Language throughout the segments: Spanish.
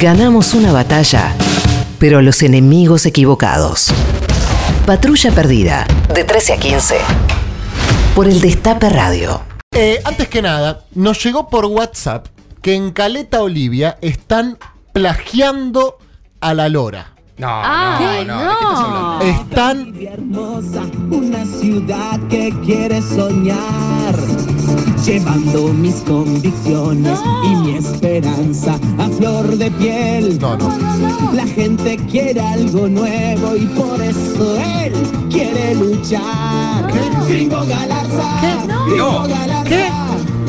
Ganamos una batalla, pero a los enemigos equivocados. Patrulla perdida, de 13 a 15. Por el Destape Radio. Eh, antes que nada, nos llegó por WhatsApp que en Caleta Olivia están plagiando a la Lora. No, Ay, no, no, ¿de qué estás hablando? Están Bolivia hermosa, una ciudad que quiere soñar. Llevando mis convicciones y mi esperanza a flor de piel. No, no. La gente quiere algo nuevo y por eso él quiere luchar. Gringo Galarza, Gringo No. Galarza,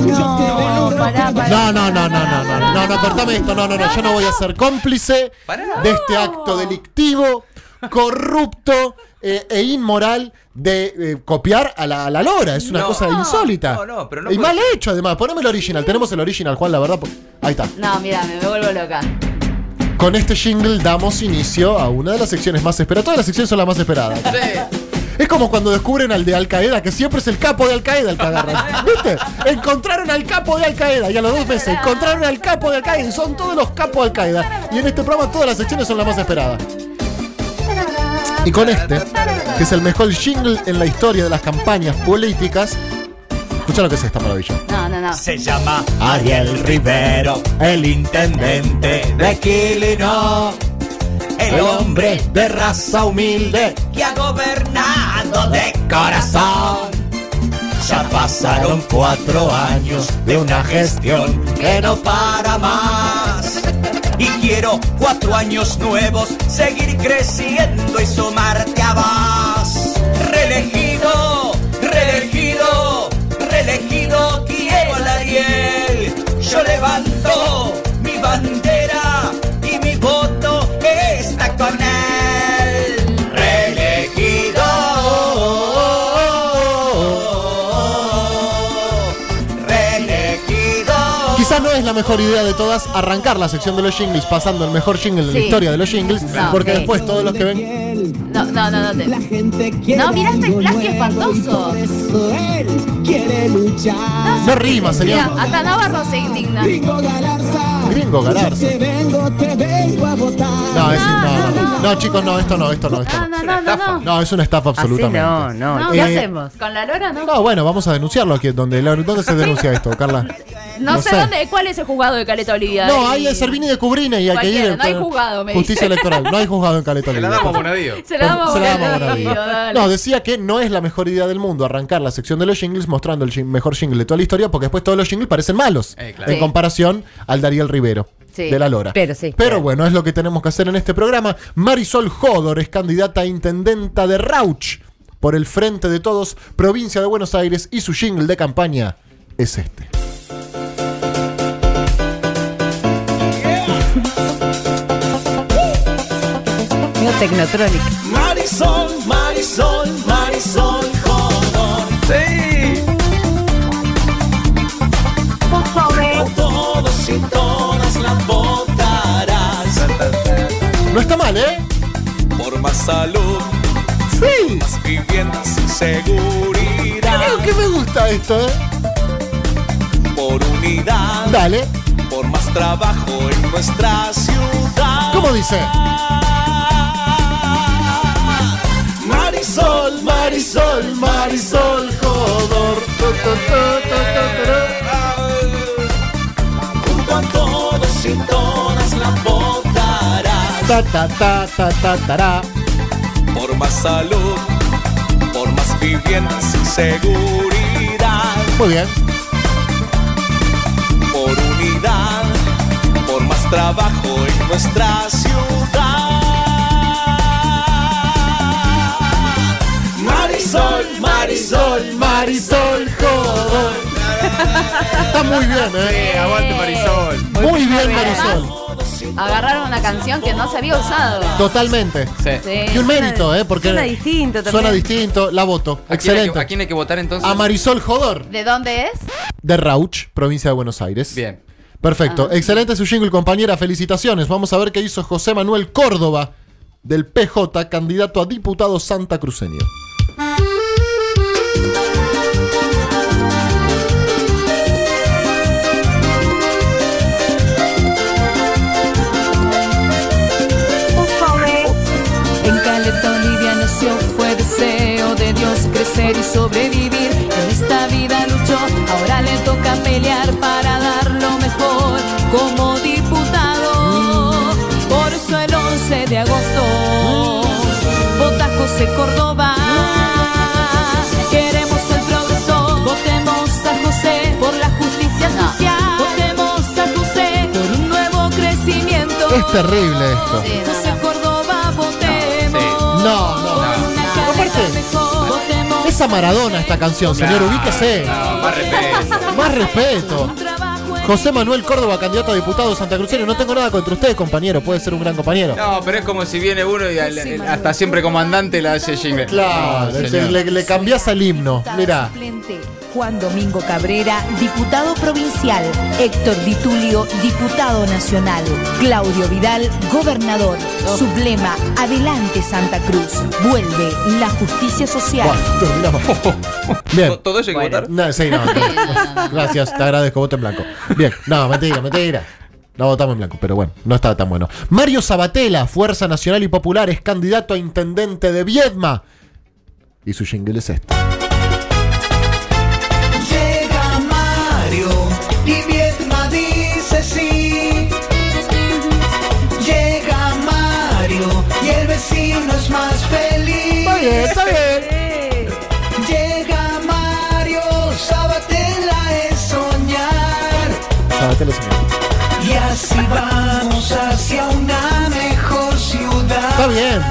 yo te veo en No, Europa. pará, pará. No, no, no, no, no, no, no, no, no, cortame esto, no, no, no, yo no voy a ser cómplice Pará. de este acto delictivo, corrupto eh, e inmoral de eh, copiar a la, a la lora, es una No. cosa insólita. No, no, pero no y puede- mal hecho además, poneme el original, tenemos el original, Juan, la verdad. po- Ahí está. No, mira, me, me vuelvo loca. Con este jingle damos inicio a una de las secciones más esperadas. Todas las secciones son las más esperadas. Sí. Es como cuando descubren al de Al Qaeda, que siempre es el capo de Al Qaeda el que agarran. ¿Viste? Encontraron al capo de Al Qaeda y a los dos meses encontraron al capo de Al Qaeda y son todos los capos de Al Qaeda. Y en este programa todas las secciones son las más esperadas. Y con este, que es el mejor jingle en la historia de las campañas políticas, escucha lo que es esta maravilla. No, no, no. Se llama Ariel Rivero, el intendente de Quilino. El hombre de raza humilde que ha gobernado de corazón. Ya pasaron cuatro años de una gestión que no para más. Y quiero cuatro años nuevos, seguir creciendo y sumarte a más. Reelegido, reelegido, reelegido, quiero a Ariel. Yo levanto mi bandera y mi voto está con él. Reelegido. Reelegido. Quizás no es la mejor idea de todas arrancar la sección de los jingles pasando el mejor jingle de la Sí. historia de los jingles, No, porque sí. después todos los que ven. Piel, No, no, no, no. te- La gente quiere No, mirá este algo plagio nuevo y espantoso. Por eso él quiere luchar. No rima, Ah, Mira, señor. hasta Navarro se indigna. Gringo Galarza. Gringo Galarza. Yo Te vengo, te vengo a votar. No, es- no, no, No, no, no, Ah, no. chicos, no, esto no, esto no, esto No, no. no, no, no, no. No, es una estafa absolutamente. no, no, No, ¿Qué eh, hacemos? Con la lora no. No, bueno, vamos a denunciarlo aquí. ¿Dónde, la- dónde se denuncia esto, Carla? No, no sé, sé. dónde, cuál es el juzgado de Caleta Olivia. No, Y- hay de Servini de Cubrina y hay que ir. Cualquiera, no hay juzgado, me Justicia dice. electoral. No hay juzgado en Caleta Te la Olivia. damos Bonadío. Se la damos Se la damos a a Bonadío. dale. No, decía que no es la mejor idea del mundo arrancar la sección de los jingles mostrando el jing- mejor jingle de toda la historia, porque después todos los jingles parecen malos Eh, claro. en Sí. comparación al Dariel Rivero. Sí. De la Lora. Pero sí. Pero bueno, es lo que tenemos que hacer en este programa. Marisol Jodor es candidata a intendenta de Rauch por el Frente de Todos, provincia de Buenos Aires, y su jingle de campaña es este. Mío Tecnotronic. Marisol, Marisol, Marisol, jodón. Sí. Por todos y todas la votarás. No está mal, ¿eh? Por más salud, Sí. más viviendas y seguridad. Creo que me gusta esto, ¿eh? Por unidad, Dale. por más trabajo en nuestra ciudad. ¿Cómo dice? Marisol, Marisol, Marisol, jodor. Junto a todos y todas la votarás. Ta, ta, ta, ta, ta, tará. por más salud, por más viviendas y seguridad, Muy bien. por unidad, por más trabajo en nuestra ciudad. Marisol, Marisol, Marisol, joven. Está muy bien, ¿eh? Eh, aguante Marisol. Muy bien, Marisol. Agarraron una canción que no se había usado. Totalmente. Sí. Sí. Y un mérito, ¿eh? Porque Suena distinto también. suena distinto. La voto. ¿A quién hay que- ¿A Excelente. quién hay que votar entonces? A Marisol Jodor, ¿De dónde es? de Rauch, provincia de Buenos Aires. Bien. Perfecto. Excelente su jingle, compañera. Felicitaciones. Vamos a ver qué hizo José Manuel Córdoba, del PJ, candidato a diputado santacruceño. nació fue deseo de Dios crecer y sobrevivir. En esta vida luchó, ahora le toca pelear para dar lo mejor como diputado. Por eso el 11 de agosto vota José Córdoba. Queremos el progreso, votemos a José por la justicia No. social. Votemos a José por un nuevo crecimiento. Es terrible esto. Sí, eh, no, José no. Córdoba, No, votemos. no, no. Una No. Aparte, carrera mejor, votemos Es a Maradona esta canción, señor, Claro, ubíquese. no, más respeto. Más respeto. un trabajo en José Manuel Córdoba, candidato a diputado santacruceño. No tengo nada contra usted, compañero. Puede ser un gran compañero. No, pero es como si viene uno y al- el- hasta siempre comandante la hace jingle. Claro, No, le, señor. le- le cambiás al himno. Mirá. Suplente, Juan Domingo Cabrera, diputado provincial. Héctor Ditulio, diputado nacional. Claudio Vidal, gobernador. Sublema, adelante Santa Cruz. Vuelve la justicia social. Bueno, terminamos. Bien. To- ¿Todo eso hay que votar? No, sí, no, no. Gracias, te agradezco. Voto en blanco. Bien. No, mentira, mentira. No votamos en blanco, pero bueno, no estaba tan bueno. Mario Sabatella, Fuerza Nacional y Popular, es candidato a intendente de Viedma. Y su jingle es este. Llega Mario y Vietma dice sí. Llega Mario y el vecino es más feliz. Está bien, está bien. Llega Mario, Sabatella es soñar. Sabatella, señor. Y así vamos hacia una mejor ciudad. Está bien.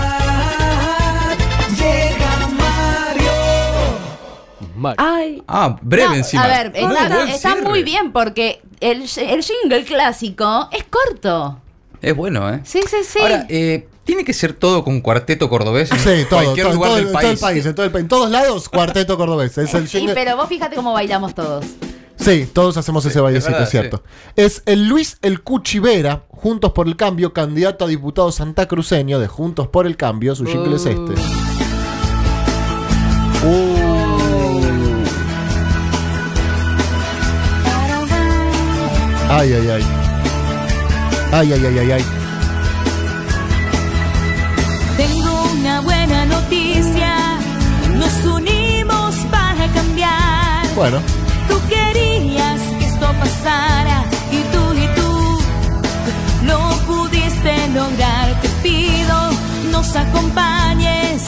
Llega Mario. Ah, breve No, encima. A ver, Muy está, buen está cierre. muy bien porque el, el jingle clásico es corto. Es bueno, ¿eh? Sí, sí, sí. Ahora, eh, ¿tiene que ser todo con cuarteto cordobés? en Sí, todo, Cualquier todo, lugar todo- del en país. todo el país, en todo el país. En todos lados, cuarteto cordobés. Es el y, jingle. pero vos fíjate cómo bailamos todos. Sí, todos hacemos ese bailecito, verdad, es cierto. Es el Luis El Cuchivera, Juntos por el Cambio, candidato a diputado santacruceño de Juntos por el Cambio. Su jingle es este. Ay, ay, ay. Ay, ay, ay, ay, ay. Tengo una buena noticia, nos unimos para cambiar. Bueno, Tú querías que esto pasara y tú y tú lo pudiste lograr. Te pido, nos acompañes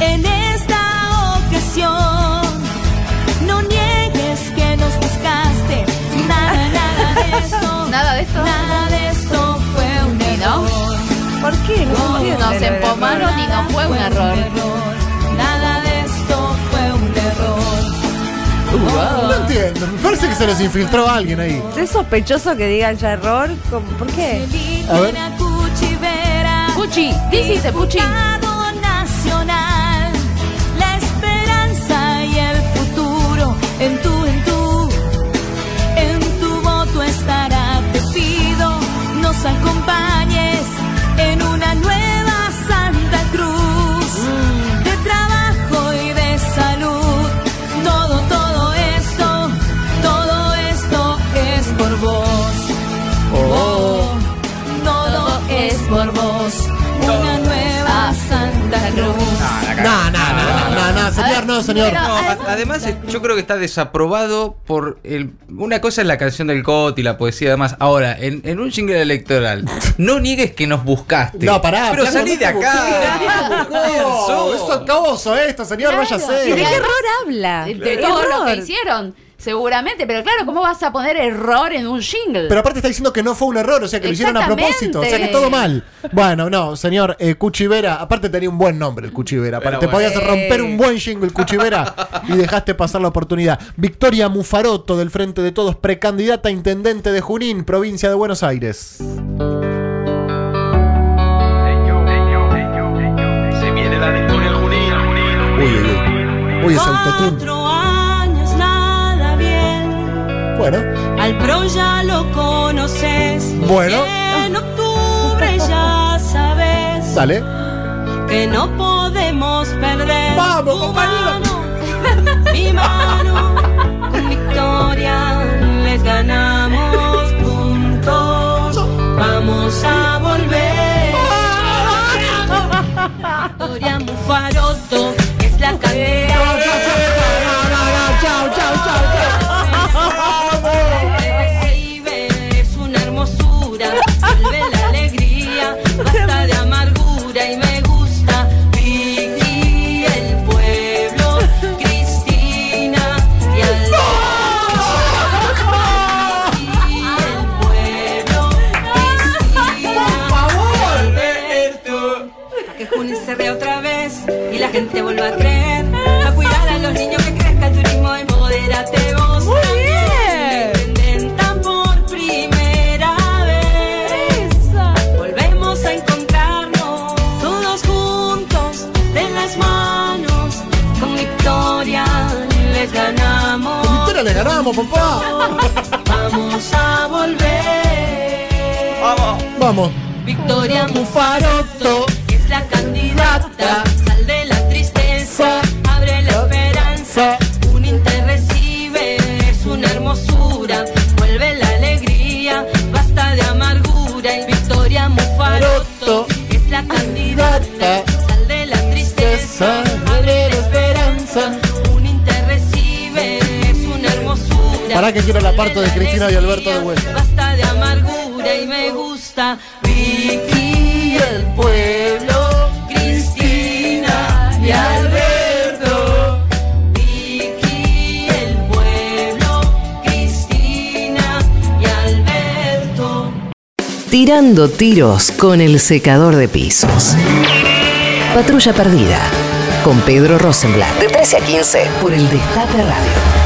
en esta ocasión. No niegues que nos buscaste, nada, nada de esto. Nada de esto. Nada de esto fue un ¿Y no? error. ¿Por qué? No, Nos empomaron y no fue un error. Nada de esto fue un error. no entiendo. Me parece que se les infiltró alguien ahí. Es sospechoso que digan ya error. ¿Cómo- ¿Por qué? A ver. Una cuchivera. Puchi, ¿qué hiciste, Puchi? Ah, Diputado nacional. La esperanza y el futuro en tu, en tu, en tu voto estará. Te pido, nos acompañes en una nueva Santa Cruz. De trabajo y de salud. Todo, todo esto, todo esto es por vos. Oh, todo es por vos. Una Ah. nueva Santa Ah, Cruz. No, no, no, no, no, no, señor, no, señor. Pero- No, a- Además- además eh, yo creo que está desaprobado por el, una cosa es la canción del Coti, la poesía además. Ahora, en, en un jingle electoral, no niegues que nos buscaste. No, pará, Pero pará, salí no de te acá. Oh, es acoso esto, señor, váyase. ¿Y de qué Claro. error habla? De, de ¿Qué todo lo que error? hicieron, seguramente. Pero claro, ¿cómo vas a poner error en un jingle? Pero aparte está diciendo que no fue un error, o sea que lo hicieron a propósito, o sea que Exactamente. todo mal. Bueno, no, señor eh, Cuchivera, aparte tenía un buen nombre el Cuchivera, para- Pero te bueno. podías romper un buen jingle Cuchivera y dejaste pasar la oportunidad. Victoria Mufaroto del Frente de Todos, precandidata a intendente de Junín, provincia de Buenos Aires. Se viene la victoria al Junín. Uy, uy, uy. Uy, es autotune. Cuatro años, nada bien. Bueno, Al pro ya lo conoces. Bueno. Y En octubre ya sabes dale. que no podemos perder. Vamos, Tu compañero. mano, Mi mano, con victoria les ganamos juntos. Vamos a volver. Victoria, mujer. faroto, es la cadera. chao, chao, chao. Recibe es una hermosura, vuelve la alegría, basta de amargura y me gusta Vicky, el pueblo, Cristina y Alberto. Vicky, el pueblo, Cristina. y Alberto. Pa' Que Junín se ría otra vez y la gente vuelva a creer. A cuidar a los niños que crezca el turismo y modérate vos. Muy también. bien. Lo intentan por primera vez. Volvemos a encontrarnos todos juntos, de las manos. Con victoria les Con ganamos. Victoria le ganamos, papá. Vamos a volver. Vamos. Vamos. Victoria Mufaroto. es la candidata. Sal de la tristeza, abre la esperanza. Un inter recibe, es una hermosura. Vuelve la alegría, basta de amargura. Y Victoria Mufaroto es la candidata. Sal de la tristeza, abre la esperanza. Un inter recibe, es una hermosura. Pará que quiero la parte de Cristina y Alberto de vuelta. Basta de amargura y me gusta Vicky, el pueblo, Cristina y Alberto. Vicky, el pueblo, Cristina y Alberto. Tirando tiros con el secador de pisos. Patrulla perdida. Con Pedro Rosenblatt. De 13 a 15. Por el Destape Radio.